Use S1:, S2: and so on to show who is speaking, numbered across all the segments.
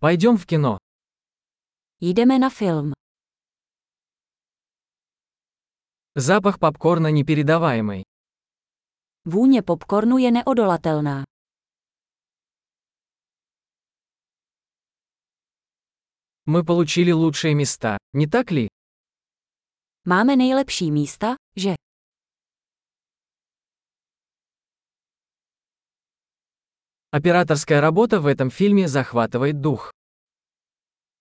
S1: Пойдем в кино.
S2: Jdeme na film.
S1: Запах попкорна непередаваемый.
S2: Vůně popcornu je neodolatelná.
S1: Мы получили лучшие места, не так ли?
S2: Máme nejlepší místa, že?
S1: Операторская работа в этом фильме захватывает дух.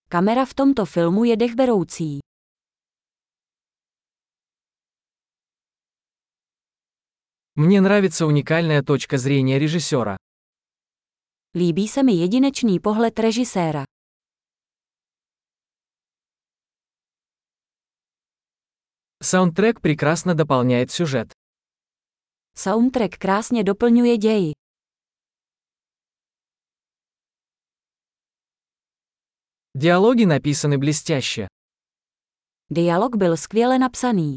S2: Kamera v tomto filmu je dechberoucí.
S1: Мне нравится уникальная точка зрения режиссера.
S2: Líbí se mi jedinečný pohled režiséra.
S1: Саундтрек прекрасно дополняет сюжет.
S2: Soundtrack krásně doplňuje ději.
S1: Диалоги написаны блестяще.
S2: Dialog byl skvěle napsaný.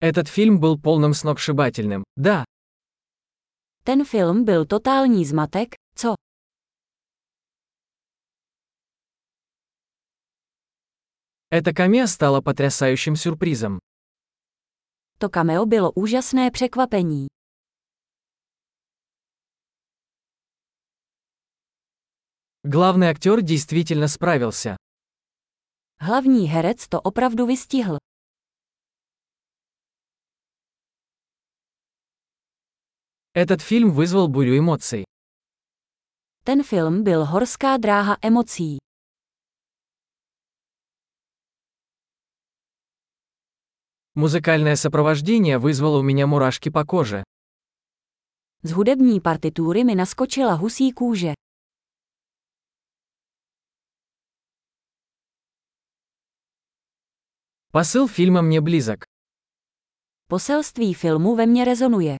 S1: Этот фильм был полным сногсшибательным. Да,
S2: Ten film byl totální zmatek, co?
S1: эта камея стала потрясающим сюрпризом.
S2: To cameo bylo úžasné překvapení.
S1: Главный актер действительно справился.
S2: Hlavní herec to opravdu vystihl.
S1: Этот фильм вызвал бурю эмоций.
S2: Ten film byl horská dráha emocí.
S1: Музыкальное сопровождение вызвало у меня мурашки по коже.
S2: Z hudební partitury mi naskočila husí kůže.
S1: Посыл фильма мне близок.
S2: Poselství filmu ve mně rezonuje.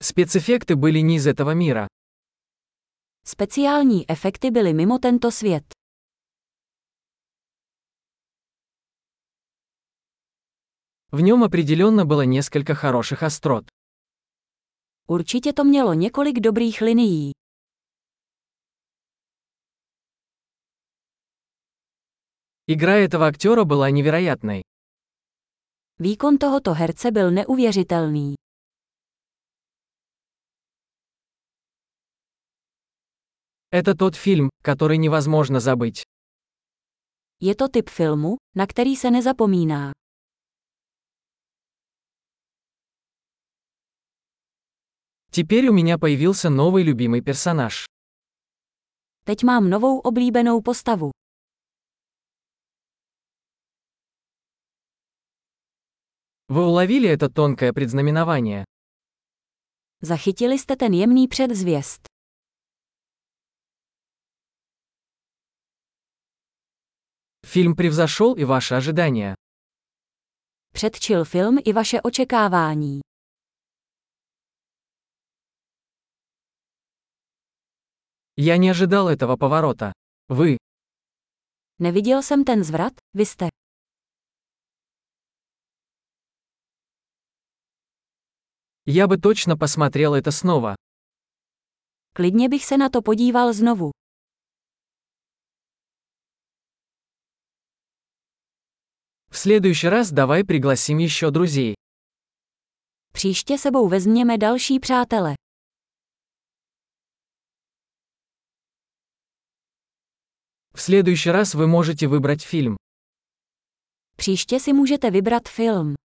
S1: Спецэффекты были не из этого мира.
S2: Speciální efekty byly mimo tento svět.
S1: В нем определенно было несколько хороших острот.
S2: Určitě to mělo několik dobrých linií.
S1: Игра этого актера была невероятной.
S2: Výkon tohoto herce byl neuvěřitelný.
S1: Это тот фильм, который невозможно забыть.
S2: Je to typ filmu, na který se nezapomíná.
S1: Теперь у меня появился новый любимый персонаж.
S2: Teď mám novou oblíbenou postavu.
S1: Вы уловили это тонкое предзнаменование.
S2: Zachytili jste ten jemný předzvěst.
S1: Фильм превзошел и ваши ожидания.
S2: Předčil film i vaše očekávání.
S1: Я не ожидал этого поворота. Вы.
S2: Neviděl jsem ten zvrat, vy jste.
S1: Я бы точно посмотрел это снова.
S2: Klidně bych se na to podíval znovu.
S1: В следующий раз давай пригласим еще друзей.
S2: Příště sebou vezměme další přátele.
S1: В следующий раз вы можете выбрать фильм.
S2: Příště si můžete vybrat film.